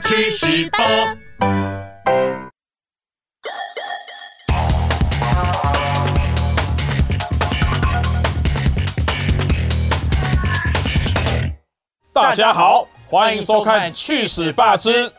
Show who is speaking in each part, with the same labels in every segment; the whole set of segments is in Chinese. Speaker 1: 去洗吧。
Speaker 2: 大家好，欢迎收看《去死吧之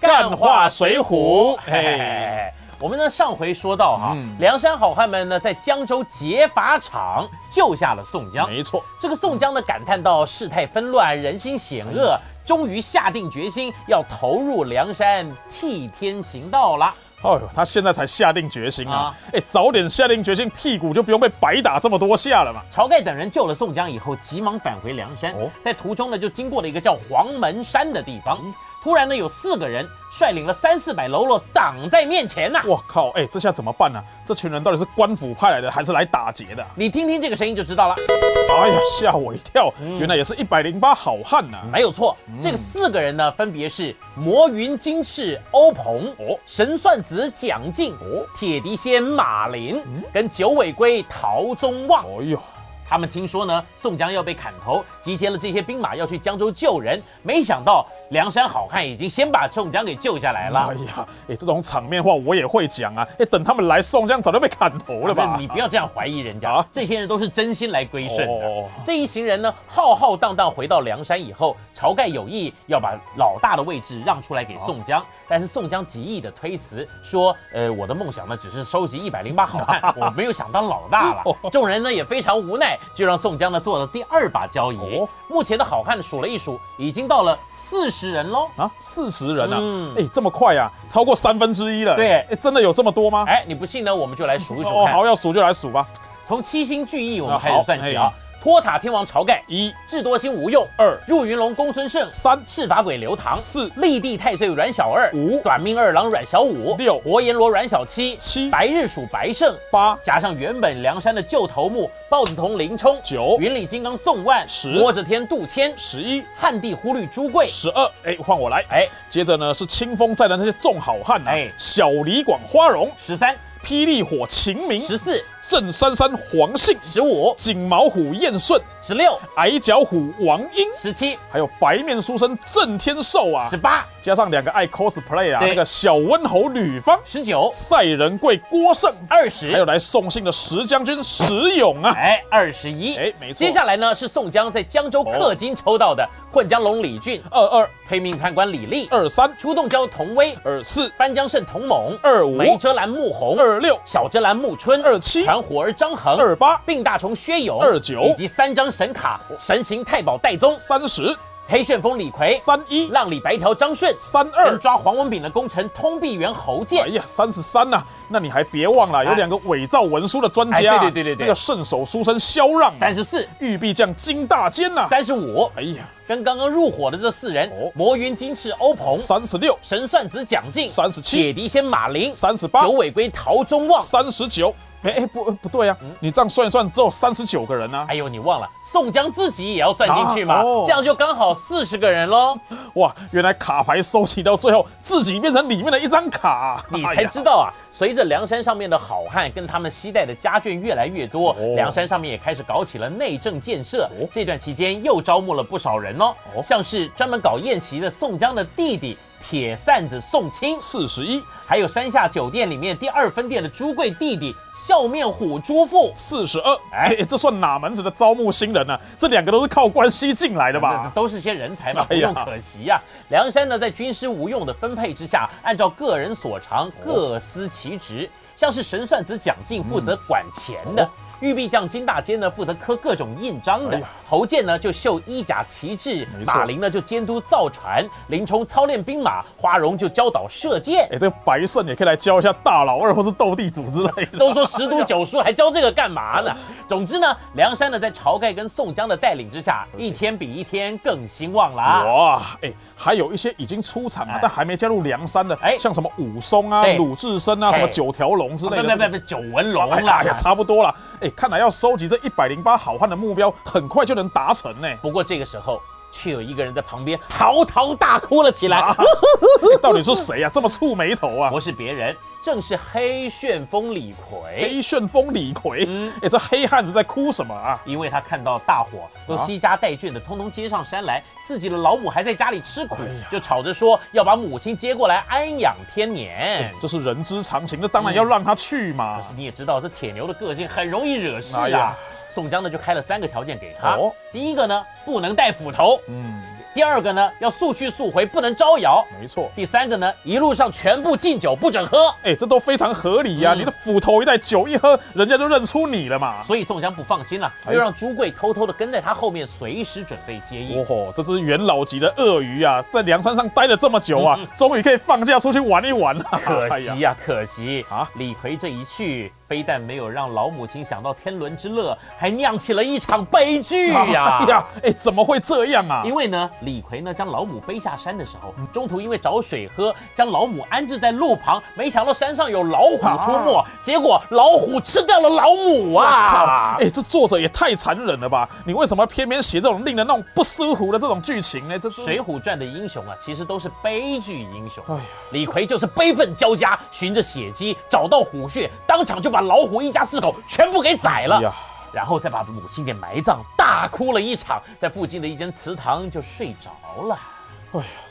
Speaker 2: 干话水浒》。嘿，
Speaker 1: 哎，我们呢上回说到哈、
Speaker 2: 嗯
Speaker 1: 梁山好汉们呢在江州劫法场救下了宋江。
Speaker 2: 没错，
Speaker 1: 这个宋江呢感叹到事态纷乱，人心险恶，
Speaker 2: 嗯
Speaker 1: 终于下定决心要投入梁山，替天行道了。
Speaker 2: 哎呦，他现在才下定决心啊
Speaker 1: 啊！
Speaker 2: 哎，早点下定决心，屁股就不用被白打这么多下了嘛。
Speaker 1: 晁盖等人救了宋江以后，急忙返回梁山。
Speaker 2: 哦
Speaker 1: 在途中呢，就经过了一个叫黄门山的地方。突然呢，有四个人率领了三四百喽啰挡在面前呐、
Speaker 2: 我靠，哎，这下怎么办呢、这群人到底是官府派来的，还是来打劫的啊？
Speaker 1: 你听听这个声音就知道了，
Speaker 2: 哎呀，吓我一跳！
Speaker 1: 嗯
Speaker 2: 原来也是一百零八好汉啊呐、
Speaker 1: 没有错。
Speaker 2: 嗯
Speaker 1: 这个四个人呢，分别是魔云金翅欧鹏、
Speaker 2: 哦
Speaker 1: 神算子蒋进、铁笛仙马林、
Speaker 2: 嗯
Speaker 1: 跟九尾龟陶宗旺。
Speaker 2: 哎呦，
Speaker 1: 他们听说呢，宋江要被砍头，集结了这些兵马要去江州救人。没想到梁山好汉已经先把宋江给救下来了
Speaker 2: 哎。呀，哎，这种场面话我也会讲啊！哎，等他们来宋江早就被砍头了吧？
Speaker 1: 你啊不要这样怀疑人家
Speaker 2: 啊，
Speaker 1: 这些人都是真心来归顺的。
Speaker 2: 哦
Speaker 1: 这一行人呢，浩浩荡荡回到梁山以后，晁盖有意要把老大的位置让出来给宋江，但是宋江极意的推辞说：“呃，我的梦想呢，只是收集一百零八好汉， 我没有想当老大了。”众人呢也非常无奈，就让宋江呢做了第二把交椅。
Speaker 2: 哦
Speaker 1: 目前的好汉数了一数，已经到了四十人喽。
Speaker 2: 啊，四十人啊！哎、
Speaker 1: 嗯
Speaker 2: 这么快啊，超过三分之一了。
Speaker 1: 对
Speaker 2: 哎、真的有这么多吗？
Speaker 1: 哎，你不信呢，我们就来数一数
Speaker 2: 哦，
Speaker 1: 看。
Speaker 2: 好，要数就来数吧。
Speaker 1: 从七星聚义我
Speaker 2: 啊
Speaker 1: 们开始
Speaker 2: 好
Speaker 1: 算起
Speaker 2: 哎
Speaker 1: 啊。托塔天王晁盖，
Speaker 2: 一、
Speaker 1: 智多星吴用，
Speaker 2: 二、
Speaker 1: 入云龙公孙胜，
Speaker 2: 三、
Speaker 1: 赤发鬼刘唐，
Speaker 2: 四
Speaker 1: 立地太岁阮小二，
Speaker 2: 五
Speaker 1: 短命二郎阮小五，
Speaker 2: 六
Speaker 1: 活阎罗阮小七，
Speaker 2: 七
Speaker 1: 白日鼠白胜，
Speaker 2: 八、
Speaker 1: 加上原本梁山的旧头目豹子头林冲，
Speaker 2: 九
Speaker 1: 云里金刚宋万，
Speaker 2: 十
Speaker 1: 摸着天杜迁，
Speaker 2: 十一、
Speaker 1: 汉地忽律朱贵，
Speaker 2: 十二。哎，换我来。
Speaker 1: 哎，
Speaker 2: 接着呢是清风寨的那些众好汉啊，
Speaker 1: 哎
Speaker 2: 小李广花荣、
Speaker 1: 十三、
Speaker 2: 霹雳火秦明、
Speaker 1: 十四、
Speaker 2: 郑珊珊黄信、
Speaker 1: 十五、
Speaker 2: 锦毛虎燕顺、
Speaker 1: 十六、
Speaker 2: 矮脚虎王英，
Speaker 1: 十七、
Speaker 2: 还有白面书生郑天寿啊
Speaker 1: 十，八、
Speaker 2: 加上两个爱 cosplay 啊，
Speaker 1: 对
Speaker 2: 那个小温侯吕方、
Speaker 1: 十九、
Speaker 2: 赛仁贵郭胜，
Speaker 1: 二
Speaker 2: 还有
Speaker 1: 十。
Speaker 2: 来送信的石将军石勇啊。
Speaker 1: 哎，二十一，
Speaker 2: 哎没错
Speaker 1: 接下来呢是宋江在江州氪金抽到的混江龙李俊、
Speaker 2: 二二
Speaker 1: 推命判官李立、
Speaker 2: 二三
Speaker 1: 出洞蛟童威、
Speaker 2: 二四
Speaker 1: 翻江胜童猛、
Speaker 2: 二五
Speaker 1: 梅遮拦穆弘、
Speaker 2: 二六
Speaker 1: 小遮拦穆春、
Speaker 2: 二七
Speaker 1: 传火儿张衡、
Speaker 2: 二八
Speaker 1: 病大虫薛勇、
Speaker 2: 二九
Speaker 1: 以及三张神卡神行太保戴宗、
Speaker 2: 三十
Speaker 1: 黑旋风李逵、
Speaker 2: 三一
Speaker 1: 浪里白条张顺、
Speaker 2: 三
Speaker 1: 跟
Speaker 2: 二。
Speaker 1: 抓黄文炳的功臣通臂猿侯
Speaker 2: 哎
Speaker 1: 健。
Speaker 2: 呀，三十三呐！那你还别忘了，有两个伪造文书的专家啊，
Speaker 1: 哎对对对对对
Speaker 2: 那个圣手书生萧让啊，
Speaker 1: 三十四、
Speaker 2: 玉臂将金大坚呐，
Speaker 1: 三十五，
Speaker 2: 哎呀，
Speaker 1: 跟刚刚入伙的这四人，
Speaker 2: 哦
Speaker 1: 魔云金翅欧鹏、
Speaker 2: 三十六、
Speaker 1: 神算子蒋进、
Speaker 2: 三十七
Speaker 1: 铁笛仙马林、
Speaker 2: 三十八
Speaker 1: 九、尾龟陶宗旺。
Speaker 2: 三十九，哎哎不不对啊，你这样算一算，只有三十九个人啊！
Speaker 1: 嗯哎呦，你忘了宋江自己也要算进去嘛，
Speaker 2: 啊哦
Speaker 1: 这样就刚好四十个人喽。
Speaker 2: 哇，原来卡牌收集到最后，自己变成里面的一张卡啊，
Speaker 1: 你
Speaker 2: 哎
Speaker 1: 才
Speaker 2: 呀
Speaker 1: 知道啊！随着梁山上面的好汉跟他们携带的家眷越来越多，
Speaker 2: 哦
Speaker 1: 梁山上面也开始搞起了内政建设。这段期间又招募了不少人哦，像是专门搞宴席的宋江的弟弟铁扇子宋清，
Speaker 2: 四十一、
Speaker 1: 还有山下酒店里面第二分店的朱贵弟弟笑面虎朱富。
Speaker 2: 四十二，哎，这算哪门子的招募新人呢、啊这两个都是靠关系进来的
Speaker 1: 那
Speaker 2: 吧？
Speaker 1: 都是些人才嘛，不
Speaker 2: 哎呀
Speaker 1: 用可惜呀、梁山呢，在军师吴用的分配之下，按照个人所长各司其职，像是神算子蒋进负
Speaker 2: 嗯
Speaker 1: 责管钱的。玉臂将金大坚呢负责刻各种印章的
Speaker 2: 哦哎呀，
Speaker 1: 侯健呢就绣衣甲旗帜，
Speaker 2: 没错
Speaker 1: 马林呢就监督造船，林冲操练兵马，花荣就教导射箭。
Speaker 2: 哎，这个白胜也可以来教一下大老二或是斗地主之类的。
Speaker 1: 都说十赌九输，还教这个干嘛呢？总之呢，梁山呢在晁盖跟宋江的带领之下，一天比一天更兴旺啊啦。
Speaker 2: 哇，哎，还有一些已经出场了、
Speaker 1: 哎
Speaker 2: 但还没加入梁山的，
Speaker 1: 哎
Speaker 2: 哎，像什么武松啊、
Speaker 1: 对啊
Speaker 2: 鲁智深啊、什
Speaker 1: 哎
Speaker 2: 么九条龙之类的，
Speaker 1: 不不不不，九纹龙
Speaker 2: 哎
Speaker 1: 啦！
Speaker 2: 呀，差不多了。哎，看来要收集这一百零八好汉的目标，很快就能达成呢、
Speaker 1: 不过这个时候，却有一个人在旁边嚎啕大哭了起来。
Speaker 2: 啊哎到底是谁啊？这么触眉头啊？
Speaker 1: 不是别人，正是黑旋风李逵。
Speaker 2: 黑哎旋风李逵，
Speaker 1: 嗯，
Speaker 2: 哎，这黑汉子在哭什么啊？
Speaker 1: 因为他看到大伙都
Speaker 2: 啊
Speaker 1: 惜家带眷的，通通接上山来，自己的老母还在家里吃苦
Speaker 2: 哎呀，
Speaker 1: 就吵着说要把母亲接过来安养天年
Speaker 2: 哎。这是人之常情，那当然要让他去嘛
Speaker 1: 可。是你也知道，这铁牛的个性很容易惹事
Speaker 2: 哎
Speaker 1: 啊
Speaker 2: 呀。
Speaker 1: 宋江呢就开了三个条件给他
Speaker 2: 哦，
Speaker 1: 第一个呢不能带斧头，
Speaker 2: 嗯，
Speaker 1: 第二个呢要速去速回，不能招摇，
Speaker 2: 没错。
Speaker 1: 第三个呢一路上全部敬酒不准喝。
Speaker 2: 哎，这都非常合理呀、
Speaker 1: 嗯
Speaker 2: 你的斧头一带，酒一喝，人家就认出你了嘛。
Speaker 1: 所以宋江不放心了，
Speaker 2: 哎
Speaker 1: 又让朱贵偷偷的跟在他后面，随时准备接应
Speaker 2: 哦。吼，这只元老级的鳄鱼啊，在梁山上待了这么久啊，终于可以放假出去玩一玩了、
Speaker 1: 嗯可
Speaker 2: 哎呀
Speaker 1: 惜呀、啊可惜啊
Speaker 2: 啊！
Speaker 1: 李逵这一去，非但没有让老母亲想到天伦之乐，还酿起了一场悲剧呀、
Speaker 2: 哎呀，哎，怎么会这样啊？
Speaker 1: 因为呢，李逵呢将老母背下山的时候，中途因为找水喝，将老母安置在路旁，没想到山上有老虎出没，
Speaker 2: 啊
Speaker 1: 结果老虎吃掉了老母啊！
Speaker 2: 哎，这作者也太残忍了吧！你为什么偏偏写这种令人那种不舒服的这种剧情呢？这
Speaker 1: 《
Speaker 2: 是
Speaker 1: 水浒传》的英雄啊，其实都是悲剧英雄。
Speaker 2: 哎呀
Speaker 1: 李逵就是悲愤交加，循着血迹找到虎穴，当场就把老虎一家四口全部给宰了。
Speaker 2: 哎呀
Speaker 1: 然后再把母亲给埋葬，大哭了一场，在附近的一间祠堂就睡着了。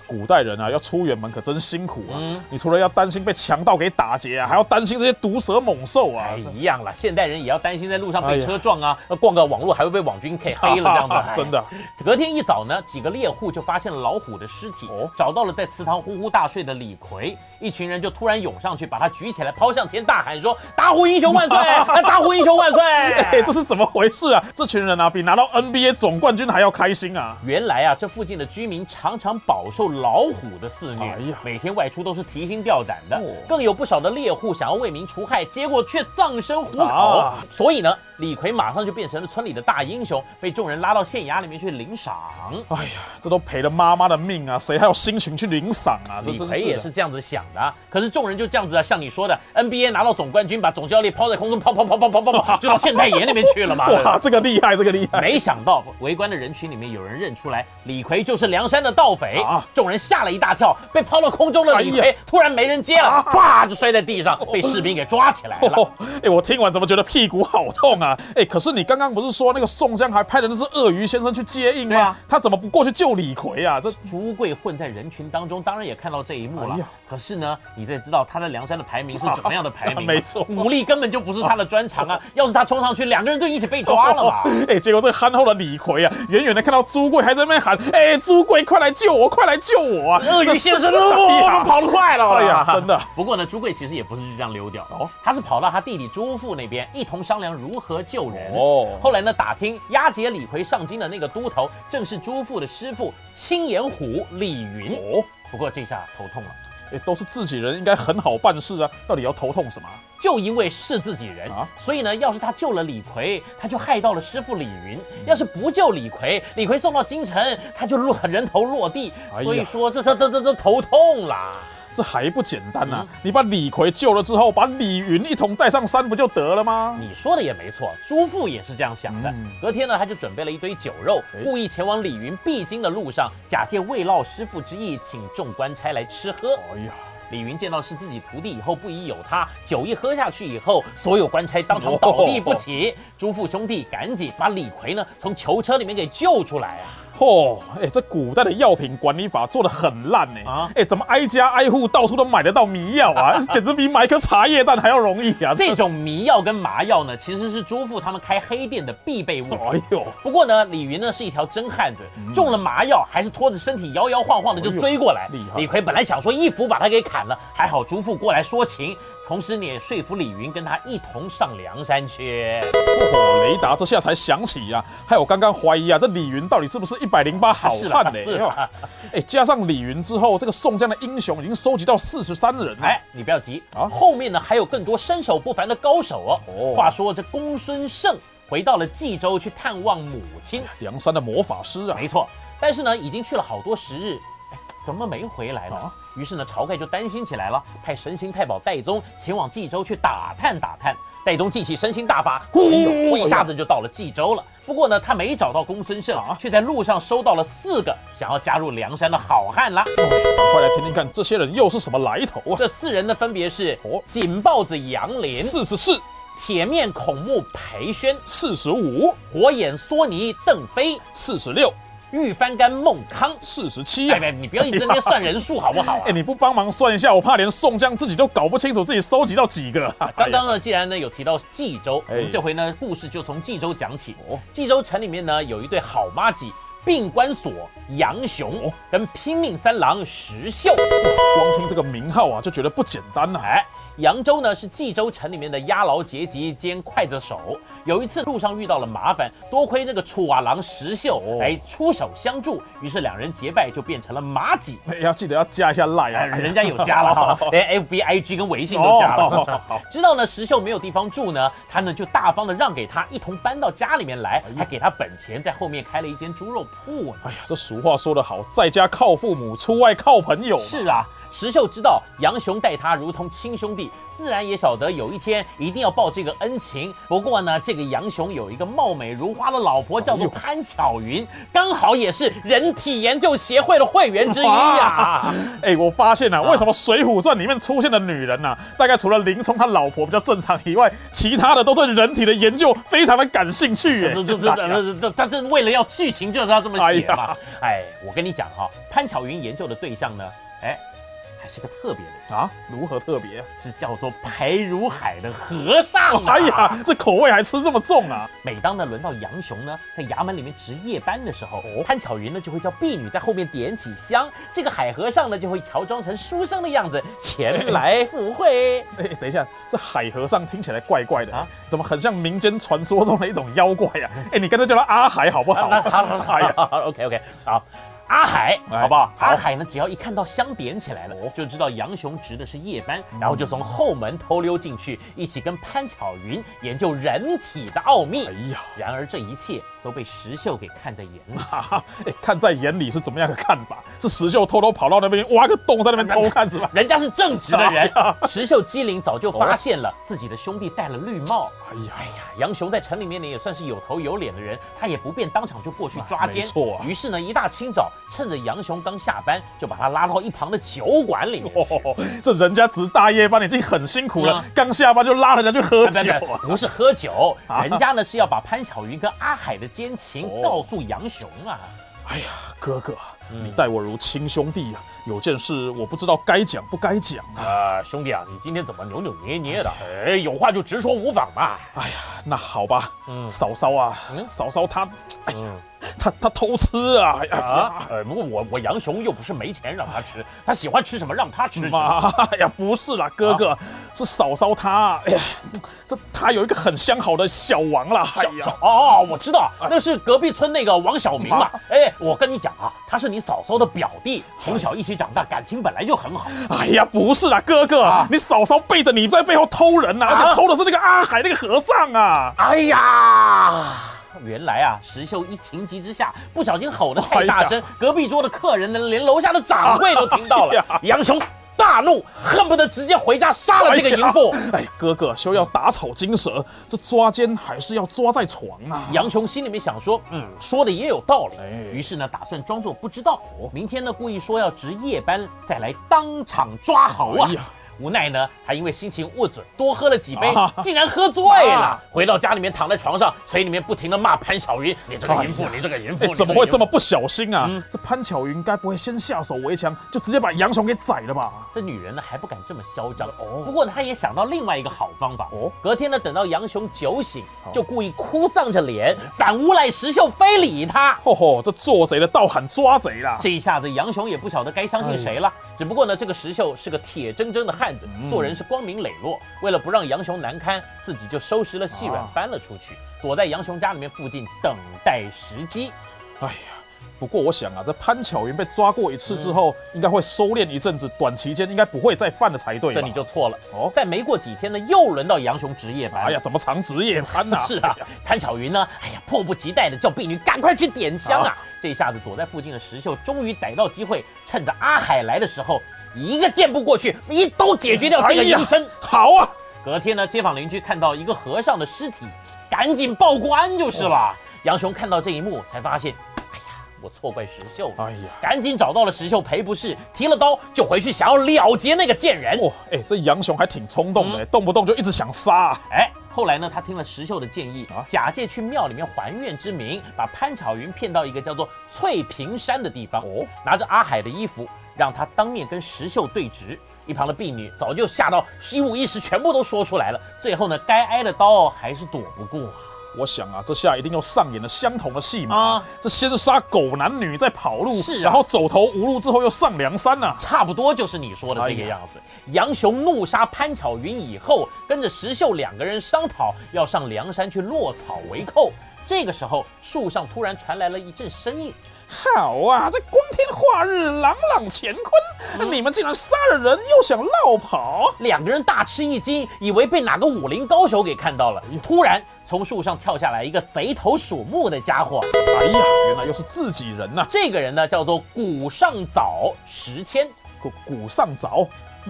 Speaker 2: 古代人啊，要出远门可真辛苦啊！
Speaker 1: 嗯
Speaker 2: 你除了要担心被强盗给打劫啊，还要担心这些毒蛇猛兽啊
Speaker 1: 哎，！一样啦，现代人也要担心在路上被
Speaker 2: 哎呀
Speaker 1: 车撞啊，那逛个网络还会被 网军给黑了这样子。
Speaker 2: 真的。
Speaker 1: 隔天一早呢，几个猎户就发现了老虎的尸体，
Speaker 2: 哦
Speaker 1: 找到了在祠堂呼呼大睡的李逵，一群人就突然涌上去，把他举起来抛向天，大喊说：“打虎英 雄万岁！哎打虎英雄万岁！”
Speaker 2: 哎，这是 怎么回事啊？这群人啊，比拿到 NBA 总冠军还要开心啊！
Speaker 1: 原来啊，这附近的居民常常饱受老虎的肆虐，
Speaker 2: 哎呀
Speaker 1: 每天外出都是提心吊胆的，
Speaker 2: 哦
Speaker 1: 更有不少的猎户想要为民除害，结果却葬身虎口。
Speaker 2: 啊
Speaker 1: 所以呢，李逵马上就变成了村里的大英雄，被众人拉到县衙里面去领赏。
Speaker 2: 哎呀，这都赔了妈妈的命啊，谁还有心情去领赏啊？这
Speaker 1: 李
Speaker 2: 真
Speaker 1: 逵也
Speaker 2: 是
Speaker 1: 是
Speaker 2: 的。
Speaker 1: 这样子想的、啊，可是众人就这样子啊，像你说的，NBA 拿到总冠军，把总教练抛在空中，抛抛抛抛抛抛抛，就到县太爷那边去了嘛。对不对
Speaker 2: 哇，这个厉害，这个厉 害！
Speaker 1: 没想到围观的人群里面有人认出来李逵就是梁山的盗匪
Speaker 2: 啊
Speaker 1: 众人吓了一大跳，被抛到空中的李逵、
Speaker 2: 哎呀啊
Speaker 1: 突然没人接了，啪就摔在地上，被士兵给抓起来了。
Speaker 2: 哦，哎，我听完怎么觉得屁股好痛啊？哎，可是你刚刚不是说那个宋江还派的那是鳄鱼先生去接应
Speaker 1: 对
Speaker 2: 吗？
Speaker 1: 啊
Speaker 2: 他怎么不过去救李逵啊？这
Speaker 1: 朱贵混在人群当中，当然也看到这一幕了。
Speaker 2: 哎呀
Speaker 1: 可是呢，你再知道他在梁山的 排名是怎么样的排名、
Speaker 2: 没错
Speaker 1: 武力根本就不是他的专 长啊！要是他冲上去，两个人就一起被抓了嘛。
Speaker 2: 哎、结果这憨厚的李逵啊，远远的看到朱贵还在那边喊：“哎、朱贵，快来救我，快来救我啊！”
Speaker 1: 鳄鱼先
Speaker 2: 这
Speaker 1: 生，
Speaker 2: 是哎呀
Speaker 1: 都跑得快了，
Speaker 2: 哎呀真的。
Speaker 1: 不过呢，朱贵其实也不是就这样溜掉，
Speaker 2: 哦
Speaker 1: 他是跑到他弟弟朱富那边，一同商量如何救人。
Speaker 2: 哦
Speaker 1: 后来呢，打听押解李逵上京的那个都头，正是朱富的师傅青眼虎李云。
Speaker 2: 哦，
Speaker 1: 不过这下头痛了。
Speaker 2: 哎、都是自己人，应该很好办事啊，到底要头痛什么啊？
Speaker 1: 就因为是自己人，
Speaker 2: 啊
Speaker 1: 所以呢，要是他救了李逵，他就害到了师傅李云；要是不救李逵，李逵送到京城，他就落人头落地。
Speaker 2: 哎呀
Speaker 1: 所以说，这这这这这头痛啦。
Speaker 2: 这还不简单呐、你把李逵救了之后，把李云一同带上山，不就得了吗？
Speaker 1: 你说的也没错，朱富也是这样想的。隔天呢，他就准备了一堆酒肉，
Speaker 2: 哎
Speaker 1: 故意前往李云必经的路上，假借慰劳师傅之意，请众官差来吃喝。
Speaker 2: 哎呀，
Speaker 1: 李云见到是自己徒弟以后，不疑有他。酒一喝下去以后，所有官差当场倒地不起。朱父兄弟赶紧把李逵呢从囚车里面给救出来啊！
Speaker 2: 嚯、哎、这古代的药品管理法做的很烂呢、
Speaker 1: 啊
Speaker 2: 哎、怎么挨家挨户到处都买得到迷药 啊？简直比买一颗茶叶蛋还要容易啊！
Speaker 1: 这种迷药跟麻药呢，其实是朱父他们开黑店的必备物品。
Speaker 2: 哎呦，
Speaker 1: 不过呢，李云呢是一条真汉子，中了麻药还是拖着身体摇摇晃晃的就追过来
Speaker 2: 嗯哎呦厉。害
Speaker 1: 李逵本来想说一斧把他给砍了，还好朱父过来说情，同时呢也说服李云跟他一同上梁山去。
Speaker 2: 哦，雷达这下才想起呀、还有刚刚怀疑啊，这李云到底是不是一百零八好
Speaker 1: 啊是
Speaker 2: 汉
Speaker 1: 啦
Speaker 2: 呢、
Speaker 1: 是啦
Speaker 2: 哎，加上李云之后，这个宋江的英雄已经收集到四十三人了。
Speaker 1: 哎，你不要急
Speaker 2: 啊
Speaker 1: 后面呢还有更多身手不凡的高手哦。
Speaker 2: 哦
Speaker 1: 话说这公孙胜回到了冀州去探望母亲，
Speaker 2: 梁山的魔法师啊，
Speaker 1: 没错，但是呢已经去了好多时日，哎怎么没回来呢？
Speaker 2: 啊
Speaker 1: 于是呢晁盖就担心起来了，派神行太保戴宗前往
Speaker 2: 哎
Speaker 1: 冀州去打探打探。戴宗记起神行大法，呼一下子就到了冀州了。不不过呢，他没找到公孙胜，
Speaker 2: 啊
Speaker 1: 却在路上收到了四个想要加入梁山的好汉啦。
Speaker 2: 哦赶快来听听看，这些人又是什么来头啊？
Speaker 1: 这四人呢，分别是
Speaker 2: 哦
Speaker 1: 锦豹子杨林、
Speaker 2: 四十四、
Speaker 1: 铁面孔目裴宣、
Speaker 2: 四十五、
Speaker 1: 火眼狻猊邓飞、
Speaker 2: 四十六、
Speaker 1: 玉翻干孟康。
Speaker 2: 四十七啊
Speaker 1: 哎，哎你不要一直在那边算人数好不好啊？
Speaker 2: 哎，你不帮忙算一下，我怕连宋江自己都搞不清楚自己收集到几个。
Speaker 1: 刚刚呢，既然呢有提到冀州，我
Speaker 2: 哎
Speaker 1: 们这回呢故事就从冀州讲起
Speaker 2: 哦。
Speaker 1: 冀州城里面呢有一对好妈几。病关索、杨
Speaker 2: 哦
Speaker 1: 雄跟拼命三郎石秀，
Speaker 2: 光听这个名号啊，就觉得不简单呐、哎，
Speaker 1: 扬州呢是冀州城里面的押牢结级兼刽子手。有一次路上遇到了麻烦，多亏那个楚瓦郎石秀
Speaker 2: 哦
Speaker 1: 哎出手相助，于是两人结拜就变成了马几。
Speaker 2: 哎要记得要加一下赖
Speaker 1: 哎，
Speaker 2: 啊，
Speaker 1: 人家有加了，连 FB、IG 跟微信都加
Speaker 2: 哦
Speaker 1: 了。 知道呢，石秀没有地方住呢，他呢就大方的让给他一同搬到家里面来，还给他本钱，在后面开了一间猪肉铺呢。
Speaker 2: 哎呀，这俗话说得好，在家靠父母，出外靠朋友嘛。
Speaker 1: 是啊，石秀知道杨雄待他如同亲兄弟，自然也晓得有一天一定要报这个恩情。不过呢，这个杨雄有一个貌美如花的老婆，叫做潘巧云，刚好也是人体研究协会的会员之一啊呀、
Speaker 2: 哎，我发现啊，为什么《水浒传》里面出现的女人呐、啊，大概除了林冲他老婆比较正常以外，其他的都对人体的研究非常的感兴趣耶。
Speaker 1: 这这这这这他这为了要剧情就是要这么写
Speaker 2: 哎
Speaker 1: 嘛
Speaker 2: 呀。
Speaker 1: 哎，我跟你讲哈、潘巧云研究的对象呢，哎，还是个特别的人，
Speaker 2: 啊，如何特别、
Speaker 1: 是叫做裴如海的和尚、啊。
Speaker 2: 哎呀，这口味还吃这么重啊！
Speaker 1: 每当呢轮到杨雄呢在衙门里面值夜班的时候，
Speaker 2: 哦
Speaker 1: 潘巧云呢就会叫婢女在后面点起香，这个海和尚呢就会乔装成书生的样子前来赴会。
Speaker 2: 哎，等一下，这海和尚听起来怪怪的啊
Speaker 1: 啊，
Speaker 2: 怎么很像民间传说中的一种妖怪呀、 哎，你干脆叫他阿海好不好？
Speaker 1: 啊那好好 好
Speaker 2: 哎呀，
Speaker 1: 好，OK OK，好。阿海，
Speaker 2: 哎
Speaker 1: 好不好？
Speaker 2: 好哦
Speaker 1: 阿海呢，只要一看到香点起来了，就知道杨雄值的是夜班，
Speaker 2: 嗯
Speaker 1: 然后就从后门偷溜进去，一起跟潘巧云研究人体的奥秘
Speaker 2: 哎。呀，
Speaker 1: 然而这一切都被石秀给看在眼里。
Speaker 2: 哈哈，哎，看在眼里是怎么样的看法？是石秀偷偷跑到那边挖个洞在那边偷看是吧？
Speaker 1: 人家是正直的人
Speaker 2: 哎呀。哦
Speaker 1: 石秀机灵早就发现了自己的兄弟戴了绿帽。
Speaker 2: 哎呀，
Speaker 1: 哎呀，杨雄在城里面呢也算是有头有脸的人，他也不便当场就过去抓奸。
Speaker 2: 没错啊
Speaker 1: 于是呢，一大清早，趁着杨雄刚下班，就把他拉到一旁的酒馆里面去。
Speaker 2: 哦，这人家值大夜班已经很辛苦了
Speaker 1: 嗯，
Speaker 2: 刚下班就拉人家去喝
Speaker 1: 不
Speaker 2: 酒
Speaker 1: 不
Speaker 2: 啊！
Speaker 1: 不是喝 酒，
Speaker 2: 啊
Speaker 1: 人家呢是要把潘巧云跟阿海的奸情
Speaker 2: 哦
Speaker 1: 告诉杨雄啊。
Speaker 2: 哎呀，哥哥，你待我如亲兄弟呀、有件事我不知道该讲不该讲啊。
Speaker 1: 啊，兄弟啊，你今天怎么扭扭捏捏的？哎，有话就直说无妨嘛。
Speaker 2: 哎呀，那好吧，
Speaker 1: 嗯
Speaker 2: 嫂嫂啊，
Speaker 1: 嗯
Speaker 2: 嫂嫂她，哎呀
Speaker 1: 嗯，
Speaker 2: 她她偷吃啊！哎呀
Speaker 1: 啊，呃，不过我我杨雄又不是没钱让他吃，他喜欢吃什么让他吃什么。啊
Speaker 2: 妈哎呀，不是啦，哥哥，是嫂嫂她，哎呀，这她有一个很相好的小王啦，哎
Speaker 1: 小
Speaker 2: 呀哎
Speaker 1: 小，哦，我知道，那是隔壁村那个王小明嘛
Speaker 2: 妈。
Speaker 1: 哎，我跟你讲啊，他是你嫂嫂的表弟，从小一起长大，感情本来就很好。
Speaker 2: 哎呀，不是啦，哥哥，
Speaker 1: 啊
Speaker 2: 你嫂嫂背着你在背后偷人呐、
Speaker 1: 啊
Speaker 2: 而且偷的是那个阿海那个和尚啊，
Speaker 1: 哎呀，原来啊，石秀一情急之下不小心吼得太大声，隔壁桌的客人呢，连楼下的掌柜都听到
Speaker 2: 哎呀
Speaker 1: 了，杨雄大怒，恨不得直接回家杀了这个淫妇。
Speaker 2: 哎，哥哥，休要打草惊蛇，这抓奸还是要抓在床啊。
Speaker 1: 杨雄心里面想说，嗯，说的也有道理
Speaker 2: 哎，哦
Speaker 1: 于是呢，打算装作不知道。明天呢，故意说要值夜班，再来当场抓猴啊
Speaker 2: 哎呀！
Speaker 1: 无奈呢，他因为心情不准，多喝了几杯
Speaker 2: 啊，
Speaker 1: 竟然喝醉了
Speaker 2: 啊。
Speaker 1: 回到家里面，躺在床上，嘴里面不停的骂潘晓云：“你这个淫妇
Speaker 2: 哎呀，
Speaker 1: 你这个淫妇
Speaker 2: 哎，，
Speaker 1: 你
Speaker 2: 怎么会这
Speaker 1: 个淫妇
Speaker 2: 么不小心啊？
Speaker 1: 嗯
Speaker 2: 这潘巧云该不会先下手为强，就直接把杨雄给宰了吧？
Speaker 1: 这女人呢还不敢这么嚣张
Speaker 2: 哦
Speaker 1: 哦。不过呢她也想到另外一个好方法
Speaker 2: 哦
Speaker 1: 哦。隔天呢，等到杨雄酒醒，就故意哭丧着脸，反诬赖石秀非礼他。
Speaker 2: 吼吼，这做贼的倒喊抓贼啦！
Speaker 1: 这一下子，杨雄也不晓得该相信谁
Speaker 2: 哎
Speaker 1: 了。只不过呢，这个石秀是个铁铮铮的汉子，
Speaker 2: 嗯
Speaker 1: 做人是光明磊落。为了不让杨雄难堪，自己就收拾了细软
Speaker 2: 啊，
Speaker 1: 搬了出去，躲在杨雄家里面附近等待时机。
Speaker 2: 哎呀，不过我想啊，这潘巧云被抓过一次之后，
Speaker 1: 嗯
Speaker 2: 应该会收敛一阵子，短期间应该不会再犯了才对吧。
Speaker 1: 这你就错了
Speaker 2: 哦。
Speaker 1: 再没过几天呢，又轮到杨雄值夜班。
Speaker 2: 哎呀，怎么长职夜班呐、
Speaker 1: 是啊
Speaker 2: 哎呀，
Speaker 1: 潘巧云呢？哎呀，迫不及待的叫婢女赶快去点香
Speaker 2: 啊
Speaker 1: 啊！这一下子躲在附近的石秀终于逮到机会，趁着阿海来的时候，一个箭步过去，一刀解决掉这个
Speaker 2: 哎呀
Speaker 1: 医生。
Speaker 2: 好啊，
Speaker 1: 隔天呢，街坊邻居看到一个和尚的尸体，赶紧报官就是了。杨雄看到这一幕，才发现，哎呀，我错怪石秀了。
Speaker 2: 哎呀，
Speaker 1: 赶紧找到了石秀赔不是，提了刀就回去，想要了结那个贱人。
Speaker 2: 哇，哎、这杨雄还挺冲动的、
Speaker 1: 嗯
Speaker 2: 动不动就一直想杀、啊。
Speaker 1: 哎，后来呢，他听了石秀的建议
Speaker 2: 啊，
Speaker 1: 假借去庙里面还愿之名，把潘巧云骗到一个叫做翠屏山的地方，
Speaker 2: 哦
Speaker 1: 拿着阿海的衣服，让他当面跟石秀对质。一旁的婢女早就吓到一五一十，全部都说出来了。最后呢，该挨的刀还是躲不过啊。
Speaker 2: 我想啊，这下一定又上演了相同的戏码、
Speaker 1: 啊
Speaker 2: 这先杀狗男女，再跑路，
Speaker 1: 是啊
Speaker 2: 然后走投无路之后又上梁山呐、啊。
Speaker 1: 差不多就是你说的
Speaker 2: 哎
Speaker 1: 那个样子。杨雄怒杀潘巧云以后，跟着石秀两个人商讨要上梁山去落草为寇。这个时候，树上突然传来了一阵声音，
Speaker 2: 好啊，这光天化日，朗朗乾坤，你们竟然杀了人又想绕跑？
Speaker 1: 两个人大吃一惊，以为被哪个武林高手给看到
Speaker 2: 哎
Speaker 1: 了。突然，从树上跳下来一个贼头鼠目的家伙，
Speaker 2: 哎呀，原来又是自己人呐、
Speaker 1: 这个人呢叫做古上早石谦，
Speaker 2: 古古上凿，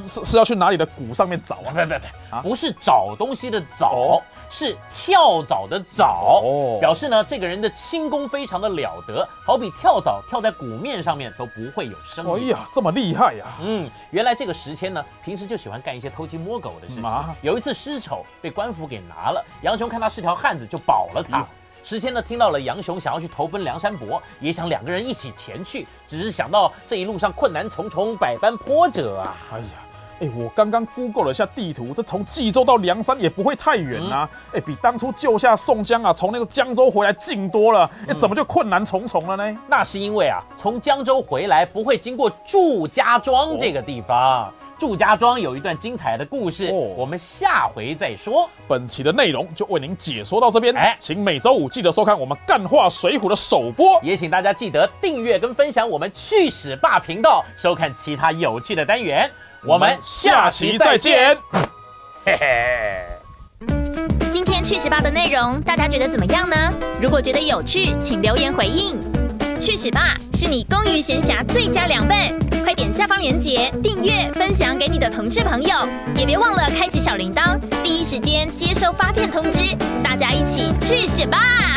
Speaker 2: 是是要去哪里的古上面找
Speaker 1: 不
Speaker 2: 啊？
Speaker 1: 不不，
Speaker 2: 啊
Speaker 1: 不是找东西的找
Speaker 2: 哦，
Speaker 1: 是跳蚤的蚤。
Speaker 2: 哦
Speaker 1: 表示呢，这个人的轻功非常的了得，好比跳蚤跳在鼓面上面都不会有声
Speaker 2: 哎
Speaker 1: 音。
Speaker 2: 呀，这么厉害呀、
Speaker 1: 嗯，原来这个石谦呢，平时就喜欢干一些偷鸡摸狗的事情。
Speaker 2: 嗯啊
Speaker 1: 有一次失丑被官府给拿了，杨雄看他是条汉子，就保了
Speaker 2: 哎
Speaker 1: 他。石谦呢，听到了杨雄想要去投奔梁山伯，也想两个人一起前去，只是想到这一路上困难重重，百般波折啊。
Speaker 2: 哎呀，哎、我刚刚 Google 了一下地图，这从冀州到梁山也不会太远啊。哎、比当初救下宋江啊，从那个江州回来近多了。哎、怎么就困难重重了呢？
Speaker 1: 那是因为啊，从江州回来不会经过祝家庄这个地方。祝家庄有一段精彩的故事，
Speaker 2: 哦
Speaker 1: 我们下回再说。
Speaker 2: 本期的内容就为您解说到这边，
Speaker 1: 哎
Speaker 2: 请每周五记得收看我们《干话水浒》的首播。
Speaker 1: 也请大家记得订阅跟分享我们去史霸频道，收看其他有趣的单元。我们下期再见，。嘿嘿。
Speaker 3: 今天去十八的内容大家觉得怎么样呢？如果觉得有趣，请留言回应。去十八是你公余闲暇最佳良伴，快点下方链接订阅、分享给你的同事朋友，也别忘了开启小铃铛，第一时间接收发片通知。大家一起去十八！